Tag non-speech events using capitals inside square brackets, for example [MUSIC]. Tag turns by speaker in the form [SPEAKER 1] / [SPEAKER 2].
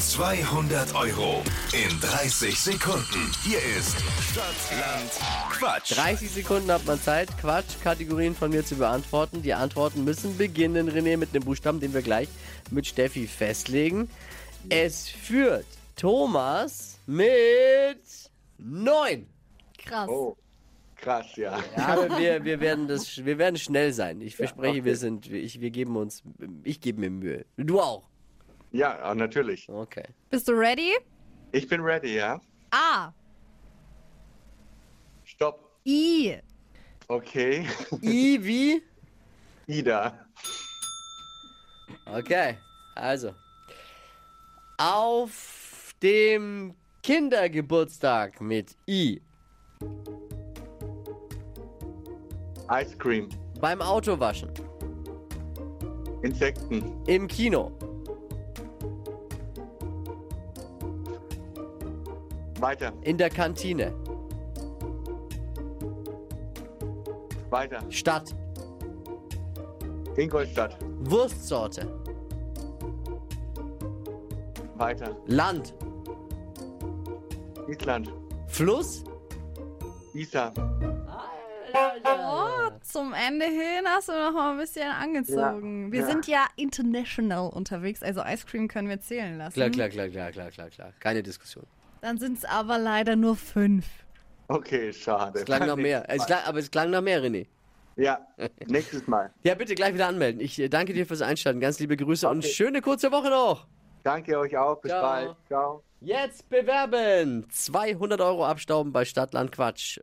[SPEAKER 1] 200 Euro in 30 Sekunden. Hier ist Stadtland Quatsch.
[SPEAKER 2] 30 Sekunden hat man Zeit, Quatschkategorien von mir zu beantworten. Die Antworten müssen beginnen, René, mit einem Buchstaben, den wir gleich mit Steffi festlegen. Es führt Thomas mit 9.
[SPEAKER 3] Krass.
[SPEAKER 4] Oh, krass, ja.
[SPEAKER 2] Aber wir, wir, werden das, sch- wir werden schnell sein. Ich verspreche, wir sind, ich, wir geben uns, ich gebe mir Mühe. Du auch.
[SPEAKER 4] Ja, ah, natürlich.
[SPEAKER 2] Okay.
[SPEAKER 3] Bist du ready?
[SPEAKER 4] Ich bin ready, ja.
[SPEAKER 3] A.
[SPEAKER 4] Stopp.
[SPEAKER 3] I.
[SPEAKER 4] Okay. [LAUGHS]
[SPEAKER 2] I wie?
[SPEAKER 4] Ida.
[SPEAKER 2] Okay, also. Auf dem Kindergeburtstag mit I.
[SPEAKER 4] Ice Cream.
[SPEAKER 2] Beim Autowaschen.
[SPEAKER 4] Insekten.
[SPEAKER 2] Im Kino.
[SPEAKER 4] Weiter,
[SPEAKER 2] In der Kantine.
[SPEAKER 4] weiter.
[SPEAKER 2] Stadt.
[SPEAKER 4] Ingolstadt.
[SPEAKER 2] Wurstsorte.
[SPEAKER 4] Weiter.
[SPEAKER 2] Land.
[SPEAKER 4] Island.
[SPEAKER 2] Fluss.
[SPEAKER 4] Isa.
[SPEAKER 3] Oh, zum Ende hin hast du noch mal ein bisschen angezogen. Wir
[SPEAKER 4] Ja.
[SPEAKER 3] sind ja international unterwegs, also Ice Cream können wir zählen lassen.
[SPEAKER 2] Klar, klar, klar, klar, klar, klar, klar. Keine Diskussion.
[SPEAKER 3] Dann sind es aber leider nur fünf.
[SPEAKER 4] Okay, schade.
[SPEAKER 2] Es
[SPEAKER 4] [LAUGHS]
[SPEAKER 2] klang noch mehr. Es klang, aber es klang noch mehr, René.
[SPEAKER 4] Ja, nächstes Mal.
[SPEAKER 2] Ja, bitte gleich wieder anmelden. Ich äh, danke dir fürs Einschalten. Ganz liebe Grüße und schöne kurze Woche noch.
[SPEAKER 4] Danke euch auch. Bis
[SPEAKER 2] Ciao.
[SPEAKER 4] bald. Ciao.
[SPEAKER 2] Jetzt bewerben. 200 Euro abstauben bei Stadtland Quatsch.